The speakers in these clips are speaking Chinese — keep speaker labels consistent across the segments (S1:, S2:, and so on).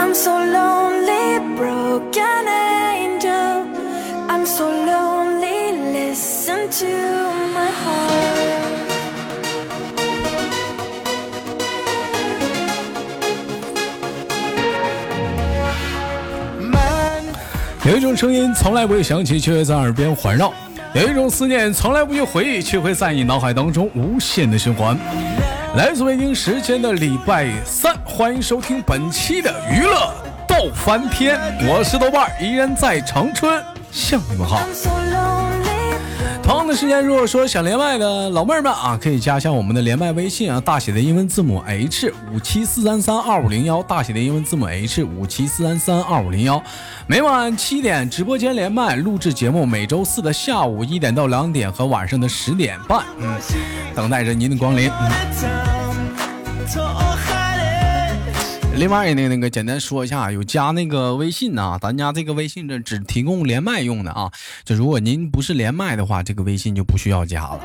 S1: I'm so lonely, broken angel. I'm so lonely, listen to my heart.
S2: Man
S3: 有一种声音从来不会响起，却会在耳边环绕；有一种思念从来不去回忆，却会在你脑海当中无限的循环。来自北京时间的礼拜三，欢迎收听本期的娱乐逗翻天，我是豆瓣儿，依然在长春向你们好。
S1: I'm so lonely.
S3: 同样的时间，如果说想连麦的老妹儿们啊，可以加一下我们的连麦微信啊，大写的英文字母 H 五七四三三二五零幺，大写的英文字母 H 五七四三三二五零幺。每晚七点直播间连麦录制节目，每周四的下午一点到两点和晚上的十点半，嗯，等待着您的光临。嗯
S2: town to Ohio.
S3: 另外呢，那个简单说一下，有加那个微信呐、咱家这个微信这只提供连麦用的啊。就如果您不是连麦的话，这个微信就不需要加了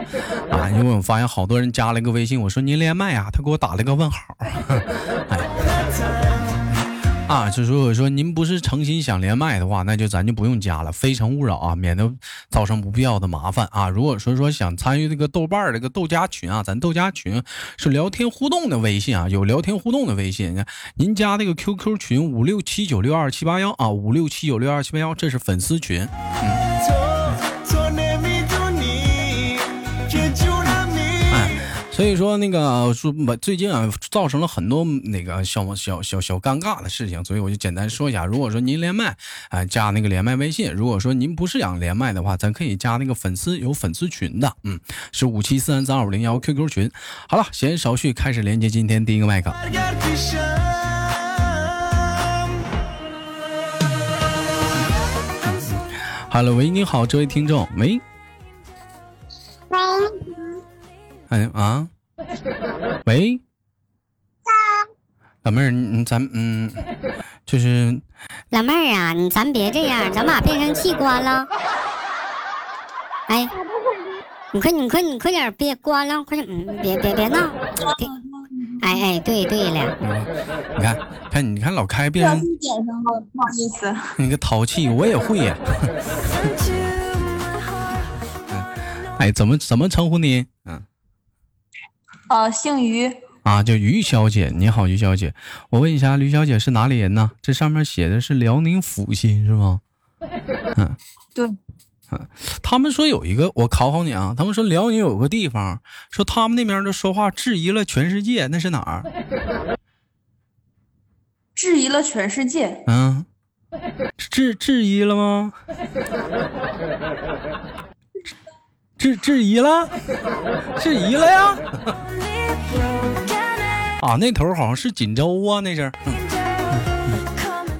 S3: 啊。因为我发现好多人加了个微信，我说您连麦啊，他给我打了个问号。啊，就如果说您不是诚心想连麦的话，那就咱就不用加了，非诚勿扰啊，免得造成不必要的麻烦啊。如果说说想参与这个豆瓣儿这个豆家群啊，咱豆家群是聊天互动的微信啊，有聊天互动的微信，啊您加那个 QQ 群五六七九六二七八幺啊，五六七九六二七八幺，这是粉丝群。
S2: To to nemi duni. Che giurami.
S3: 所以说那个说最近啊，造成了很多那个小小小小尴尬的事情，所以我就简单说一下。如果说您连麦，啊、加那个连麦微信；如果说您不是想连麦的话，咱可以加那个粉丝有粉丝群的，嗯，是五七四三三二五零幺 QQ 群。好了，闲言少叙，开始连接今天第一个麦克。
S2: Targarti sham.
S3: Hello，喂，你好，这位听众，喂，
S4: 喂，
S3: 哎啊，喂，老妹儿，你咱嗯，就是
S4: 老妹儿啊，你咱别这样，咱把变声器关了。哎，你快，你快，你快点，别关了，快点，嗯，别别别闹。对哎哎，对对了，
S3: 你看，看你看老开变成
S5: 点上了，不好意思。
S3: 你个淘气，我也会呀。
S1: Listen to my heart.
S3: 哎，怎么怎么称呼你？嗯
S5: 呃，姓于，
S3: 啊，叫于小姐。你好，于小姐，我问一下，于小姐是哪里人呢？这上面写的是辽宁阜新是吗？
S5: 对，
S3: 他们说有一个，我考考你啊，他们说辽宁有个地方，说他们那边的说话质疑了全世界，那是哪儿？
S5: 质疑了全世界。
S3: 嗯，质质疑了吗？ 质质疑了，质疑了呀！啊，那头好像是锦州啊，那阵儿。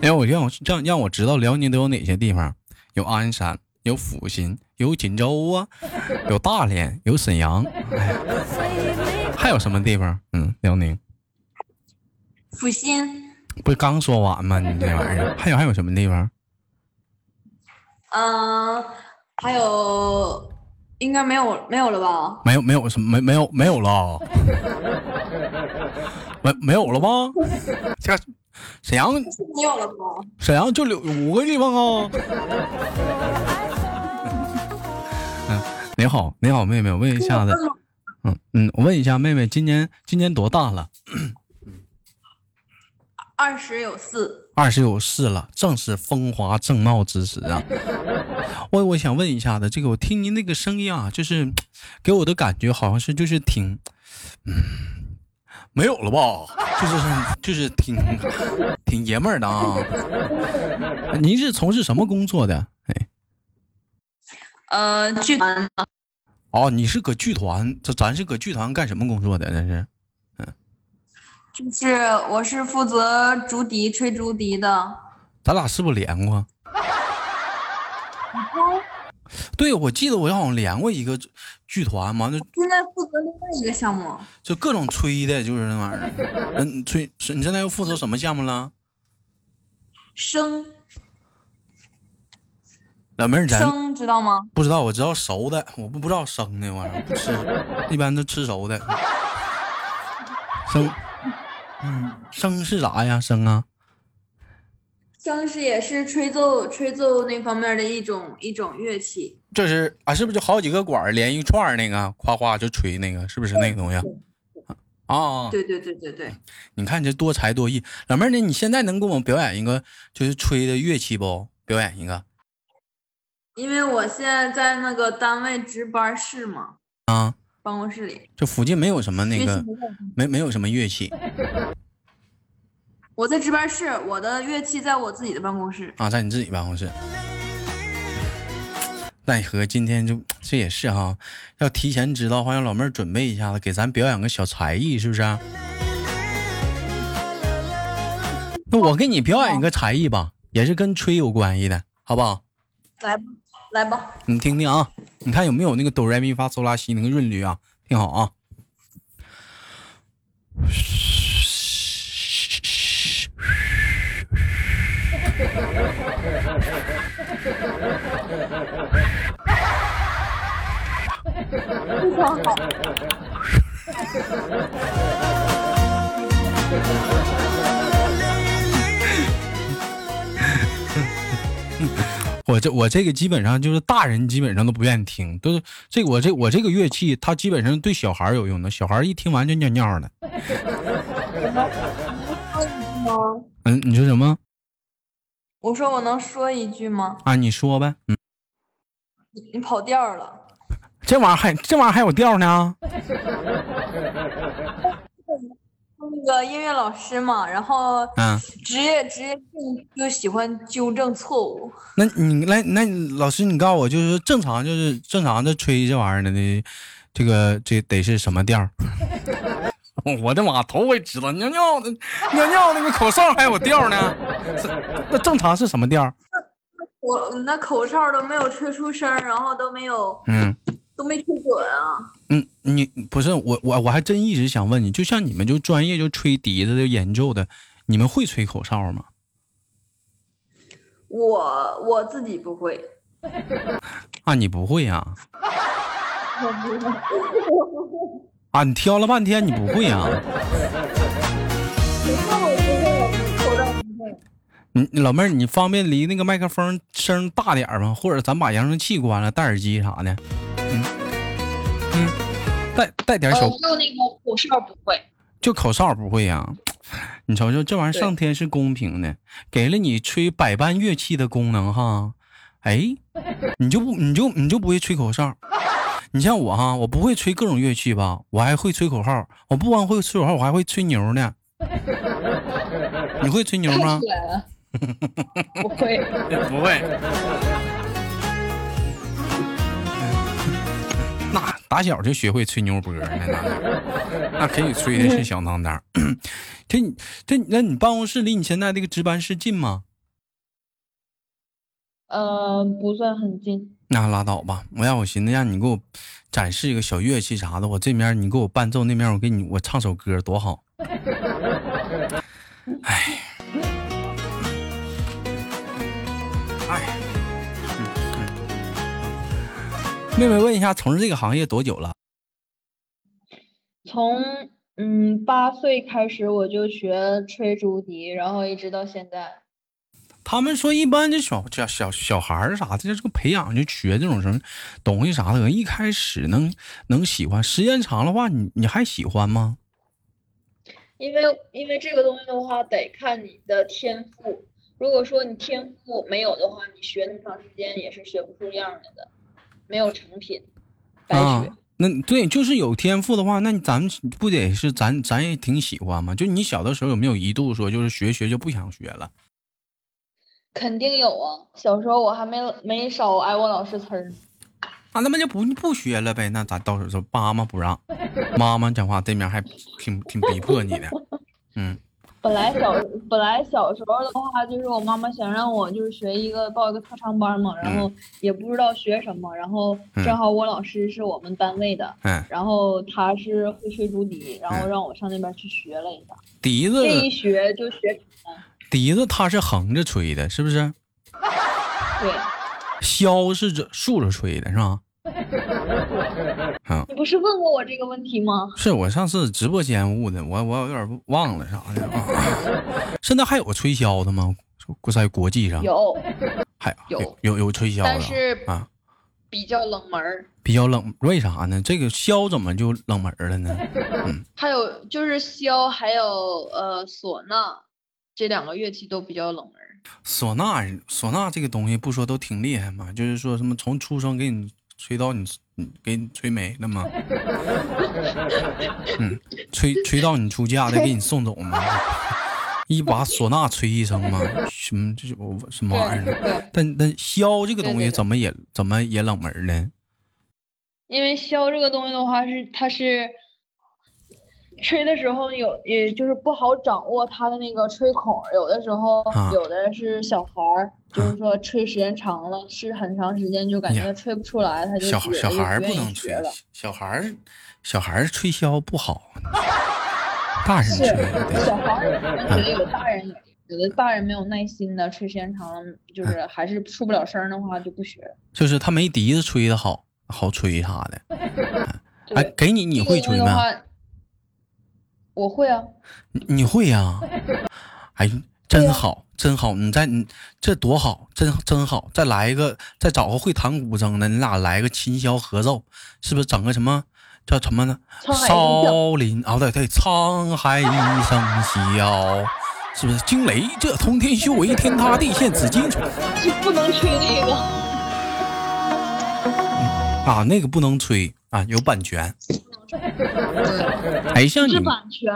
S3: 让我让我让让我知道辽宁都有哪些地方，有鞍山，有阜新，有锦州啊，有大连，有沈阳，哎，还有什么地方？嗯，辽宁
S5: 阜新，
S3: 不是刚说完吗？你这玩意儿，还有还有什么地方？
S5: 嗯、还有，应该没有没有了吧？
S3: 没有没有什么没没有没有 了，没没有了吗？这沈阳
S5: 是没有了吧？
S3: 沈阳就六五个地方啊、嗯，你好你好妹妹，我问一下子，嗯嗯，我问一下妹妹，今年今年多大了？
S5: 二十有四，
S3: 二十有四了，正是风华正茂之时啊！ 我我想问一下子，这个我听您那个声音啊，就是给我的感觉好像是就是挺，嗯，没有了吧？就是就是挺挺爷们儿的啊！您是从事什么工作的？哎，
S5: 呃，剧团的
S3: 哦，你是搁剧团，这咱是搁剧团干什么工作的？这是
S5: 就是我是负责竹笛吹竹笛的，
S3: 咱俩是不是连过？对，我记得我好像连过一个剧团嘛，那
S5: 现在负责另外一个项目，
S3: 就各种吹的，就是那玩意 儿。嗯，吹是你现在又负责什么项目了？
S5: 笙
S3: 老妹儿，咱
S5: 笙知道吗？
S3: 不知道，我知道熟的，我不不知道生 的玩意儿，不吃，一般都吃熟的。 生，嗯，生是啥呀？生啊，
S5: 笙是也是吹奏吹奏那方面的一种一种乐器。
S3: 这是啊，是不是就好几个管儿连一串儿那个，夸夸就吹那个，是不是那个东西？啊，
S5: 对对对对对，
S3: 你看这多才多艺，老妹儿呢？你现在能给我们表演一个就是吹的乐器不？表演一个
S5: 因为我现在在那个单位值班室嘛，
S3: 啊？
S5: 办公室里。
S3: 这附近没有什么那
S5: 乐器
S3: 个
S5: 不够
S3: 没没有什么乐器
S5: 我在值班室，我的乐器在我自己的办公室。
S3: 啊，在你自己办公室。奈何今天就这也是哈，要提前知道的话，让老妹儿准备一下子，给咱表演个小才艺，是不是啊、那我给你表演一个才艺吧，也是跟吹有关系的，好不好？
S5: 来吧，来吧，
S3: 你听听啊，你看有没有那个哆来咪发嗦拉西那个韵律啊？听好啊。
S5: 非常好。
S3: 我这我这个基本上就是大人基本上都不愿意听，都是这我这我这个乐器，它基本上对小孩儿有用的，小孩儿一听完就尿尿的。嗯，你说什么
S5: 我说我能说一句吗？
S3: 啊？你说呗。嗯，
S5: 你你跑调了。
S3: 这玩意儿还这玩意儿还有调呢。
S5: 那个音乐老师嘛，然后
S3: 嗯，
S5: 职业职业病就喜欢纠正错误。
S3: 那你来，那你老师你告诉我，就是正常就是正常的吹这玩意儿的那这个这得是什么调儿？ 我的妈，头回知道尿尿的尿尿那个口哨还有调呢，这那正常是什么调儿？
S5: 我那口哨都没有吹出声儿，然后都没有
S3: 嗯。
S5: 都没吹准啊。
S3: 嗯，你不是我，我我还真一直想问你，就像你们就专业就吹笛子的演奏的，你们会吹口哨吗？
S5: 我我自己不会，
S3: 啊，你不会呀、啊？你挑了半天你不会啊呀、你你老妹儿，你方便离那个麦克风声大点儿吗？或者咱把扬声器关了，戴耳机啥的。嗯嗯，带带点小
S6: 就呃那个口哨不会。
S3: 就口哨不会呀、你瞅瞅，这玩意儿上天是公平的，给了你吹百般乐器的功能哈。哎，你就不你就你就不会吹口哨？你像我哈，我不会吹各种乐器吧，我还会吹口号。我不光会吹口号，我还会吹牛呢。你会吹牛吗？
S6: 来了，不会。
S3: 不会。那打小就学会吹牛波儿呢，那那可以吹的是响当当。 这你这你那你办公室离你现在这个值班室近吗？
S6: 呃，不算很近。
S3: 那拉倒吧，我要我寻思让你给我展示一个小乐器啥的，我这面你给我伴奏，那面我给你我唱首歌多好。 哎，哎，嗯嗯妹妹问一下，从事这个行业多久了？
S6: 从嗯八岁开始我就学吹竹笛，然后一直到现在。
S3: 他们说一般这小小小小孩儿啥的，这个培养就学这种什么东西啥的，可能一开始能能喜欢，时间长的话，你你还喜欢吗？
S6: 因为因为这个东西的话，得看你的天赋。如果说你天赋没有的话，你学那么长时间也是学不出样儿来的，没有成品，白
S3: 啊
S6: 学。，
S3: 那对，就是有天赋的话，那咱们不得是咱咱也挺喜欢吗？就你小的时候有没有一度说就是学学就不想学了？
S6: 肯定有啊，小时候我还没没少挨过老师呲儿呢。
S3: 啊那他妈就不不学了呗？那咱到时候说妈妈不让，妈妈讲话这面还挺挺逼迫你的，嗯
S6: 本来小本来小时候的话，就是我妈妈想让我就是学一个报一个特长班嘛，然后也不知道学什么，然后正好我老师是我们单位的，
S3: 嗯，
S6: 然后他是会吹竹笛，然后
S3: 嗯
S6: 让我上那边去学了一下，
S3: 笛子
S6: 这一学就学成了。
S3: 笛子它是横着吹的，是不是？
S6: 对，
S3: 箫是这竖着吹的，是吧？
S6: 你不是问过我这个问题吗？
S3: 是我上次直 播间悟的，我我有点忘了啥的啊。现在还有吹箫的吗？在国际上
S6: 有，
S3: 还
S6: 有
S3: 哎有有推销
S6: 但
S3: 的
S6: 是
S3: 啊，
S6: 比较冷门儿。
S3: 比较冷，为啥呢？这个销怎么就冷门了 呢？
S6: 还有就是箫，还有呃唢呐，这两个乐器都比较冷门儿。
S3: 唢呐，唢呐这个东西不说都挺厉害吗？就是说什么从出生给你吹到你，嗯给你吹没了吗？嗯，吹吹到你出嫁再给你送走 吗？一把唢呐吹一声吗？什么这是我什么玩意儿呢？
S6: 对，
S3: 但但箫这个东西
S6: 对对对
S3: 怎么也怎么也冷门呢？
S6: 因为箫这个东西的话是它是吹的时候有，也就是不好掌握它的那个吹孔儿，有的时候、
S3: 啊
S6: 有的是小孩儿，就
S3: 啊哎
S6: 是说吹时间长了，是很长时间就感
S3: 呀
S6: 觉吹不出来，他就
S3: 小
S6: 学
S3: 小
S6: 就
S3: 孩儿
S6: 愿
S3: 不
S6: 意
S3: 能吹
S6: 学了，
S3: 小孩儿小孩儿吹箫不好，啊大人
S6: 是
S3: 吹对
S6: 小孩儿，我觉得有大 人有。有的大人没有耐心的，吹时间长了，
S3: 哎
S6: 就是还是出不了声儿的话就不学。
S3: 就是他没笛子吹的好，好吹啥的。
S6: 对
S3: 哎，给你你
S6: 这个
S3: 会
S6: 东
S3: 吹
S6: 西的
S3: 吗？
S6: 话，我会啊，
S3: 你你会呀、哎，
S6: 啊
S3: 真好，真好！你再你这多好，真真好！再来一个，再找个会弹古筝的，你俩来个琴箫合奏，是不是整个什么叫什么呢？
S6: 沧海一声笑
S3: 少林啊，对对，沧海一声笑，是不是惊雷？这通天修为，天塌地陷，紫金锤
S6: 就不能吹那个。
S3: 啊，那个不能吹啊，有版权。哎，像你
S6: 是
S3: 们
S6: 版权，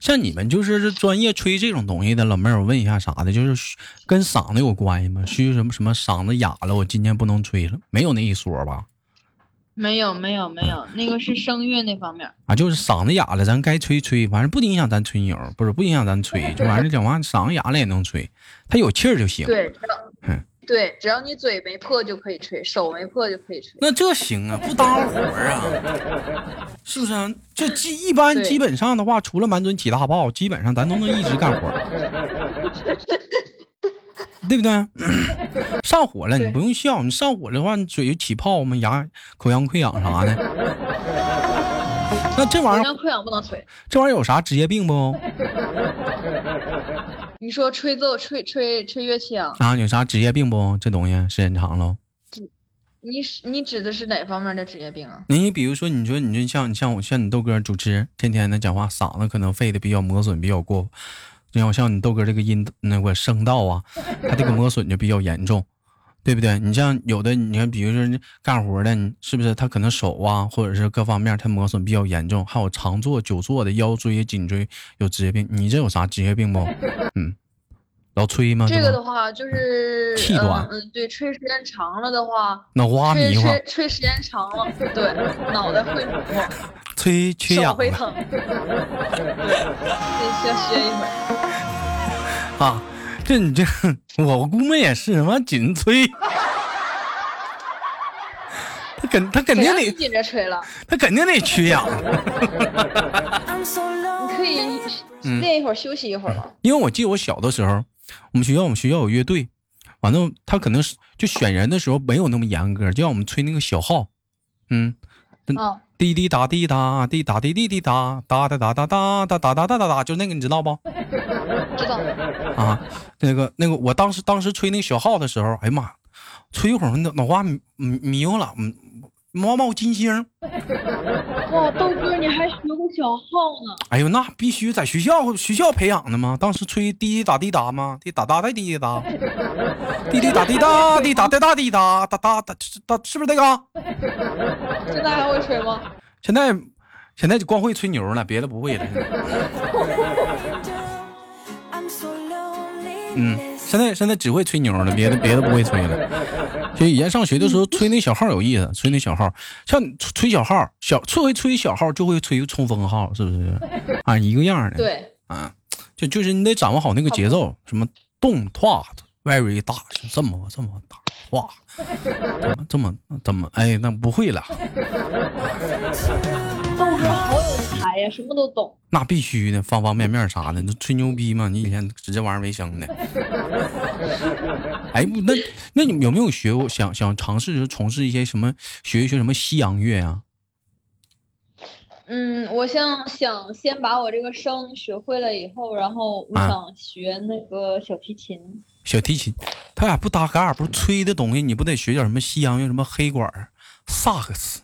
S3: 像你们就是这专业吹这种东西的，老妹儿，我问一下啥的，就是虚跟嗓子有关系吗？虚什么什么嗓子哑了，我今年不能吹了，没有那一说吧？
S6: 没有没有没有，那个是声乐那方面。
S3: 啊，就是嗓子哑了，咱该吹吹，反正不影响咱吹牛，不是不影响咱吹，就完了，讲完嗓子哑了也能吹，他有气儿就行。
S6: 对，只要
S3: 嗯
S6: 对，只要你嘴没破就可以吹，手没破就可以吹。
S3: 那这行啊，不耽误活儿啊，是不是啊？这基一般
S6: 对
S3: 基本上的话，除了满嘴起大泡，基本上咱都能一直干活儿，对不对？啊上火了你
S6: 对
S3: 不用笑，你上火的话，你嘴起泡嘛，牙口腔溃疡啥的。那这玩
S6: 人
S3: 意儿，
S6: 家溃疡不能吹。
S3: 这玩意儿有啥职业病不？
S6: 你说吹奏吹吹吹乐器啊？
S3: 啊，有啥职业病不？这东西时间长了。
S6: 你是你指的是哪方面的职业病啊？
S3: 你比如说，你说你就像像我像你豆哥主持，天天的讲话，嗓子可能费的比较磨损比较过，然后像你豆哥这个音那个声道啊，他这个磨损就比较严重，对不对？你像有的，你看比如说你干活的，你是不是他可能手啊，或者是各方面他磨损比较严重，还有常坐、久坐的腰椎、颈椎有职业病，你这有啥职业病不？嗯，老吹吗？
S6: 这个
S3: 是
S6: 的
S3: 吗
S6: 话就是，
S3: 气短
S6: 嗯嗯，对，吹时间长了的话，
S3: 脑瓜
S6: 吹
S3: 迷糊，
S6: 吹吹时间长了，对，脑袋会迷糊。
S3: 吹啊缺
S6: 手
S3: 氧
S6: 会
S3: 了。
S6: 疼，对，得需要歇一会儿。
S3: 啊，这你这我估摸也是，完紧催。他肯他肯
S6: 谁啊
S3: 定
S6: 让你
S3: 得
S6: 紧着吹了？
S3: 他肯定得缺氧，
S1: I'm so
S6: 你可
S1: lonely.
S6: 以
S3: 嗯
S6: 练一会儿，休息一会儿嘛。
S3: 因为我记得我小的时候，我们学校我们学校有乐队，完了他可能是就选人的时候没有那么严格，就让我们吹那个小号，嗯，
S6: 嗯，
S3: 滴滴答滴答滴答滴滴滴答哒哒哒哒哒哒哒哒哒哒哒，就那个你知道不？
S6: 知道。
S3: 啊，那个那个，我当时当时吹那个小号的时候，哎呀妈，吹一会儿脑脑瓜迷迷迷糊了，嗯，毛冒金星儿。
S6: 哇，豆哥，你还学过小号呢？
S3: 哎呦，那必须在学校学校培养的吗？当时吹滴滴答滴答吗？滴答答带滴滴答，滴滴答滴答滴答滴答滴答哒哒哒哒，是不是那个？啊
S6: 现在还会吹吗？
S3: 现在现在就光会吹牛了，别的不会了。
S1: I'm so lonely.
S3: 嗯，现在现在只会吹牛了，别的别的不会吹了。就以前上学的时候吹那小号有意思，吹那小号，像你吹吹小号，小吹会吹小号就会吹冲锋号，是不是？啊，一个样儿的。
S6: 对，
S3: 啊，就就是你得掌握好那个节奏，什么动拓 very 大，就这么这么大，哇，怎么这么怎么哎，那不会了，
S6: 哎呀，什么都懂。
S3: 那必须的，方方面面啥的，那吹牛逼嘛，你以前指这玩意儿为生的。哎，不那那你有没有学过想想尝试着从事一些什么学一学什么西洋乐啊？
S6: 嗯，我像想先把我这个声学会了以后，然后我
S3: 啊
S6: 想学那个小提琴。
S3: 小提琴，他俩不搭嘎，不是吹的东西，你不得学点什么西洋乐、什么黑管儿、萨克斯？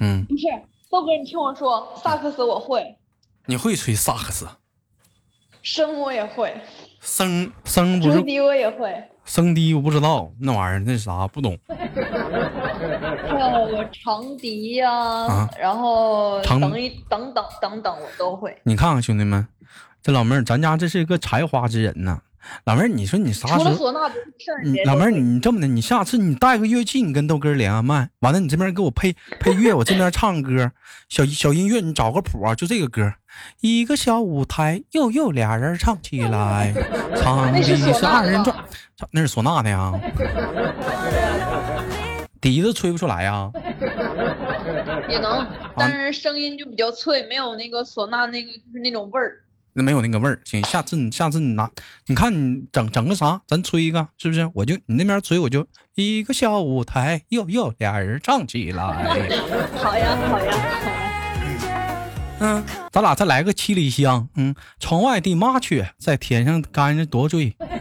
S3: 嗯，
S6: 不是，豆哥，你听我说，萨克斯我会，
S3: 你会吹萨克斯？
S6: 声我也会，
S3: 声声不
S6: 竹
S3: 是
S6: 笛我啊也会，
S3: 声低，我不知道那玩意儿那啥不懂。
S6: 还有长笛呀、
S3: 啊
S6: 然后
S3: 长
S6: 等一等等等等，我都会。
S3: 你看看兄弟们，这老妹儿，咱家这是一个才华之人呐。老妹儿，你说你啥
S6: 除
S3: 时
S6: 了
S3: 候？
S6: 唢呐，别的事儿
S3: 你
S6: 别
S3: 老
S6: 的
S3: 妹儿，你这么的，你下次你带个乐器，你跟豆哥连个麦，完了你这边给我配配乐，我这边唱歌，小小音乐，你找个谱啊，就这个歌，一个小舞台，又又俩人唱起来，场地
S6: 那是唢呐
S3: 是二人
S6: 的
S3: 转，唱那是唢呐的呀，笛子吹不出来呀，
S6: 也能，但是声音就比较脆，没有那个唢呐那个就是那种味儿。
S3: 那没有那个味儿。行，下次你下次你拿，你看你整整个啥，咱吹一个，是不是？我就你那边吹，我就一个小舞台，又又俩人唱起来。
S6: 好呀，好呀，好呀。
S3: 嗯，咱俩再来个七里香。嗯，城外的麻雀在天上干着多醉。哎，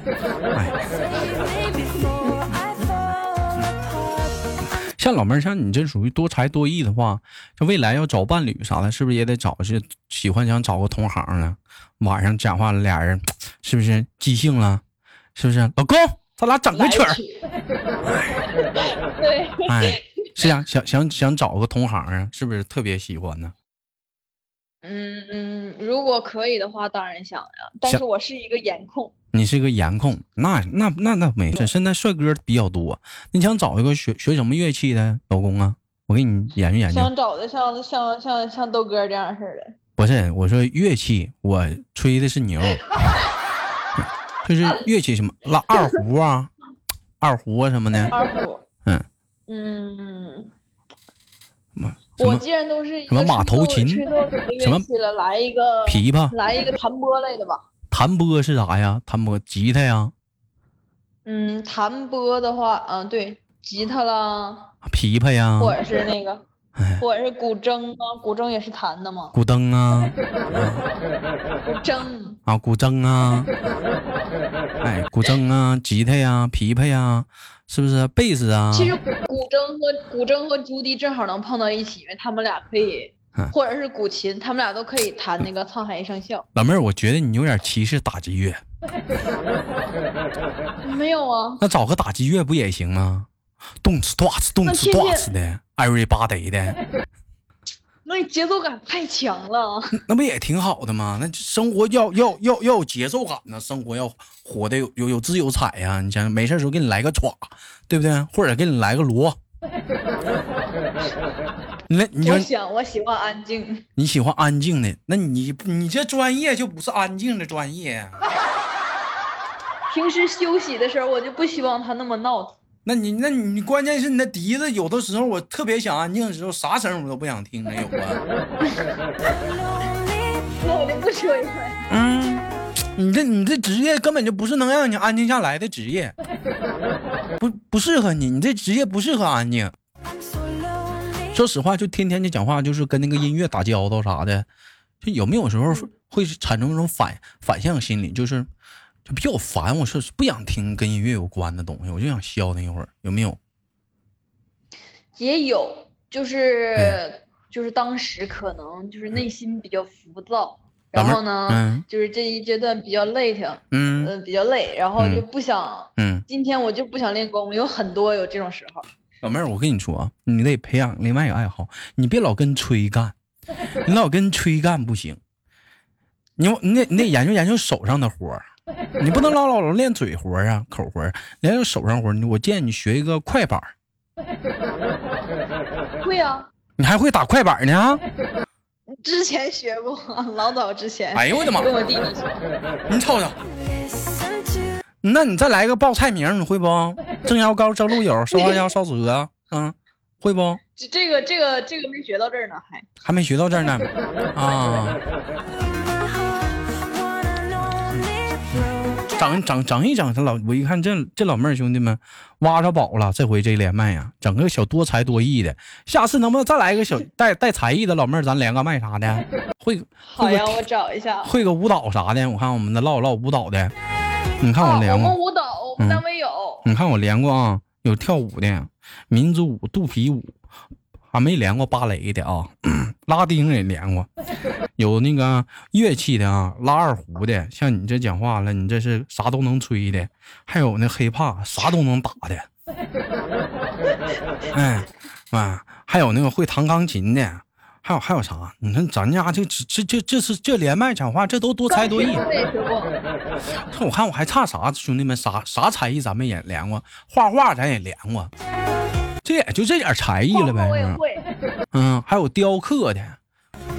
S3: 像老妹儿，像你这属于多才多艺的话，这未来要找伴侣啥的，是不是也得找是喜欢想找个同行的？晚上讲话了，俩人是不是即兴了？是不是？老公，咱俩整个曲儿。
S6: 对，
S3: 哎，是呀，想想想找个同行啊，是不是特别喜欢呢？
S6: 嗯嗯，如果可以的话，当然想呀。但
S3: 想
S6: 是我是一个颜控，
S3: 你是个颜控，那那那那没事。现在帅哥比较多，你想找一个学学什么乐器的老公啊？我给啊你研究研究。
S6: 想找的像像像像豆哥这样似的。
S3: 不是，我说乐器，我吹的是 牛，就是乐器什么拉二胡啊，二胡啊什么的，
S6: 二胡，
S3: 嗯，
S6: 嗯，
S3: 什
S6: 我
S3: 么
S6: 既然都是一
S3: 什么
S6: 个
S3: 马
S6: 吹
S3: 头
S6: 奏
S3: 琴
S6: 吹奏的乐
S3: 什么
S6: 器了，来一个
S3: 琵琶、
S6: 来一个弹拨类的吧。
S3: 弹拨是啥呀？弹拨吉他呀，
S6: 嗯，弹拨的话，嗯，对，吉他啦。
S3: 琵琶呀，
S6: 或者是那个，
S3: 哎
S6: 或者是古筝啊，古筝也是弹的嘛，
S3: 古筝 啊。
S6: 古筝，
S3: 啊，古筝 啊，哎，古筝啊，吉他呀、琵琶呀、是不是？贝斯啊，
S6: 其实古筝和古筝和竹笛正好能碰到一起，因为他们俩可以
S3: 嗯，
S6: 或者是古琴，他们俩都可以弹那个《沧海一声笑
S3: 老妹儿，我觉得你有点歧视打击乐，》。
S6: 没有啊，
S3: 那找个打击乐不也行吗？动次打次，动
S6: 那
S3: 次
S6: 天
S3: 打
S6: 天
S3: 次的，艾瑞巴德的，
S6: 那你节奏感太强了。
S3: 那不也挺好的吗？那生活要要要要有节奏感呢，生活要活得有有有滋有彩呀、你想想，没事儿时候给你来个歘，对不对？或者给你来个 锣。那你说
S6: 我想，我喜欢安静，
S3: 你喜欢安静的，那你你这专业就不是安静的专业啊。
S6: 平时休息的时候，我就不希望他那么闹腾。
S3: 那你那你关键是你那笛子，有的时候我特别想安静的时候，啥声儿我都不想听了，有啊。
S6: 那我就不吹了。
S3: 嗯，你这你这职业根本就不是能让你安静下来的职业，不不适合你，你这职业不适合安静。说实话，就天天就讲话，就是跟那个音乐打交道啥的，就有没有时候会产生一种反反向心理，就是就比较烦，我是不想听跟音乐有关的东西，我就想消停一会儿，有没有？
S6: 也有，就是、
S3: 哎
S6: 就是当时可能就是内心比较浮躁，
S3: 老
S6: 然
S3: 妹儿
S6: 后呢，
S3: 嗯
S6: 就是这一阶段比较累挺，嗯、
S3: 嗯
S6: 比较累，然后就
S3: 嗯
S6: 不想，
S3: 嗯，
S6: 今天我就不想练功，有很多有这种时候。
S3: 老妹儿，我跟你说啊，你得培养另外一个爱好，你别老跟吹干，你老跟吹干不行，你你得你得研究研究手上的活儿，你不能老老老练嘴活儿啊、口活儿，研究手上活儿。你我建议你学一个快板儿，
S6: 会啊，
S3: 你还会打快板儿呢？啊
S6: 之前学过，老早之前，
S3: 哎呦 我的妈！
S6: 跟我弟弟学，
S3: 你瞅瞅，那你再来个报菜名儿，你会不？蒸羊羔、蒸鹿友、烧花腰、烧鹅，嗯，会不？
S6: 这这个这个这个没学到这儿呢，还
S3: 还没学到这儿呢，啊，整整整一整，这老我一看这这老妹儿兄弟们挖着宝了，这回这连麦呀、整个小多才多艺的，下次能不能再来一个小带带才艺的老妹儿，咱连个麦啥的，会
S6: 好
S3: 会
S6: 呀，
S3: 个
S6: 我找 一下。啊
S3: 会个舞蹈啥的，我看我们的唠唠舞蹈的，你看我
S6: 哦
S3: 连过
S6: 们，舞蹈，我
S3: 嗯
S6: 们单位有。
S3: 你看我连过啊，有跳舞的，民族舞、肚皮舞，还没连过芭蕾的啊，拉丁也连过，有那个乐器的啊，拉二胡的，像你这讲话了，你这是啥都能吹的，还有那黑怕啥都能打的，哎，啊，还有那个会弹钢琴的。还有还有啥？你看咱家这这这这是这连麦讲话，这都多才多艺。
S6: 我也学过。
S3: 看我看我还差啥？兄弟们，啥啥才艺咱们也连过，画画咱也连过，这也就这点才艺了呗。
S6: 我也
S3: 嗯
S6: 会。
S3: 嗯，还有雕刻的，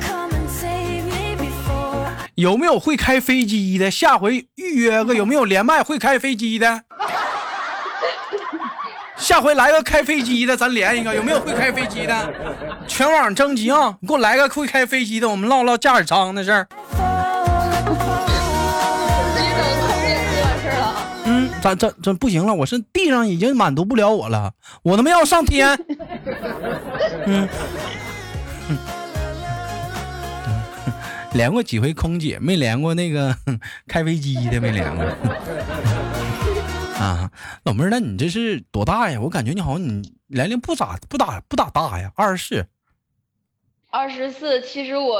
S1: Come and save me before I
S3: 有没有会开飞机的？下回预约 个有没有连麦会开飞机的？下回来个开飞机的，咱连一个，有没有会开飞机的？全网征集啊！你给我来个会开飞机的，我们唠唠驾驶舱的事儿。
S6: 自己整个空姐就完事儿了。
S3: 嗯，咱这这不行了，我是地上已经满足不了我了，我他妈要上天。 嗯，嗯连过几回空姐，没连过那个 开飞机的，没连过。啊，老妹儿，那你这是多大呀？我感觉你好像你年龄不咋不咋不咋大呀，二十四。
S6: 二十四，其实我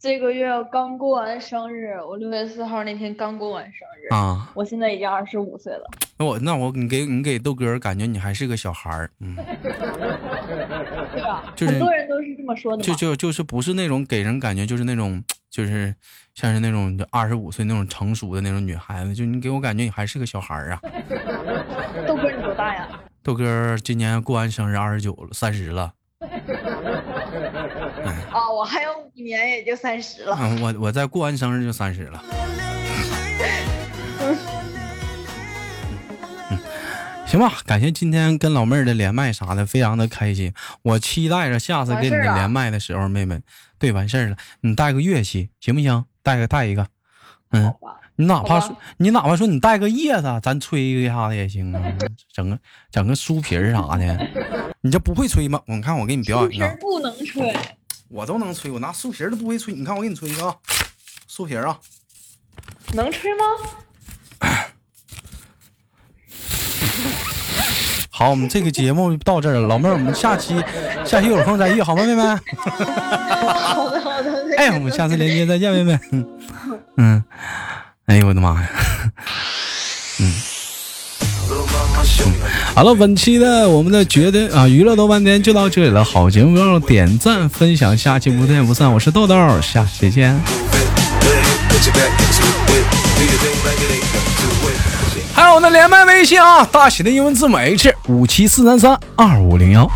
S6: 这个月刚过完生日，我六月四号那天刚过完生日。
S3: 啊，
S6: 我现在已经二十五岁了，
S3: 那我那我你给你给豆哥感觉你还是个小孩儿，嗯，
S6: 对吧？
S3: 就是
S6: 很多人都是这么说
S3: 嗯
S6: 的
S3: 就
S6: 嘛。
S3: 就就是不是那种给人感觉就是那种就是像是那种二十五岁那种成熟的那种女孩子，就你给我感觉你还是个小孩儿啊。
S6: 豆哥，你多大呀？
S3: 豆哥儿今年过完生日二十九了，三十了。
S6: 啊、我还有五年，也就三十了。
S3: 嗯，我我在过完生日就三十了。嗯行吧，感谢今天跟老妹儿的连麦啥的，非常的开心。我期待着下次
S6: 完
S3: 跟你
S6: 事儿了
S3: 连麦的时候，妹妹，对，完事儿了，你带个乐器行不行？带个带一个，嗯，
S6: 好吧
S3: 你哪怕
S6: 吧
S3: 说你哪怕说你带个叶子，咱吹一下子也行啊，整个整个书皮儿啥的，你这不会吹吗？我看我给你表
S6: 不
S3: 演一
S6: 是
S3: 个，
S6: 不能吹，
S3: 我都能吹，我拿书皮儿都不会吹。你看我给你吹一个啊，书皮儿啊，
S6: 能吹吗？
S3: 好，我们这个节目到这儿了，老妹儿，我们下 期下期有空再遇，好吗，妹妹？
S6: 好的，好的。
S3: 哎，我们下次连接再见，妹妹。嗯嗯，哎呦我的妈呀！好了，本期的我们的绝对啊娱乐豆瓣天就到这里了。好节目不要忘了点赞分享，下期不见不散。我是豆豆，下期见。还有我们的连麦微信啊，大写的英文字母 H 五七四三三二五零幺。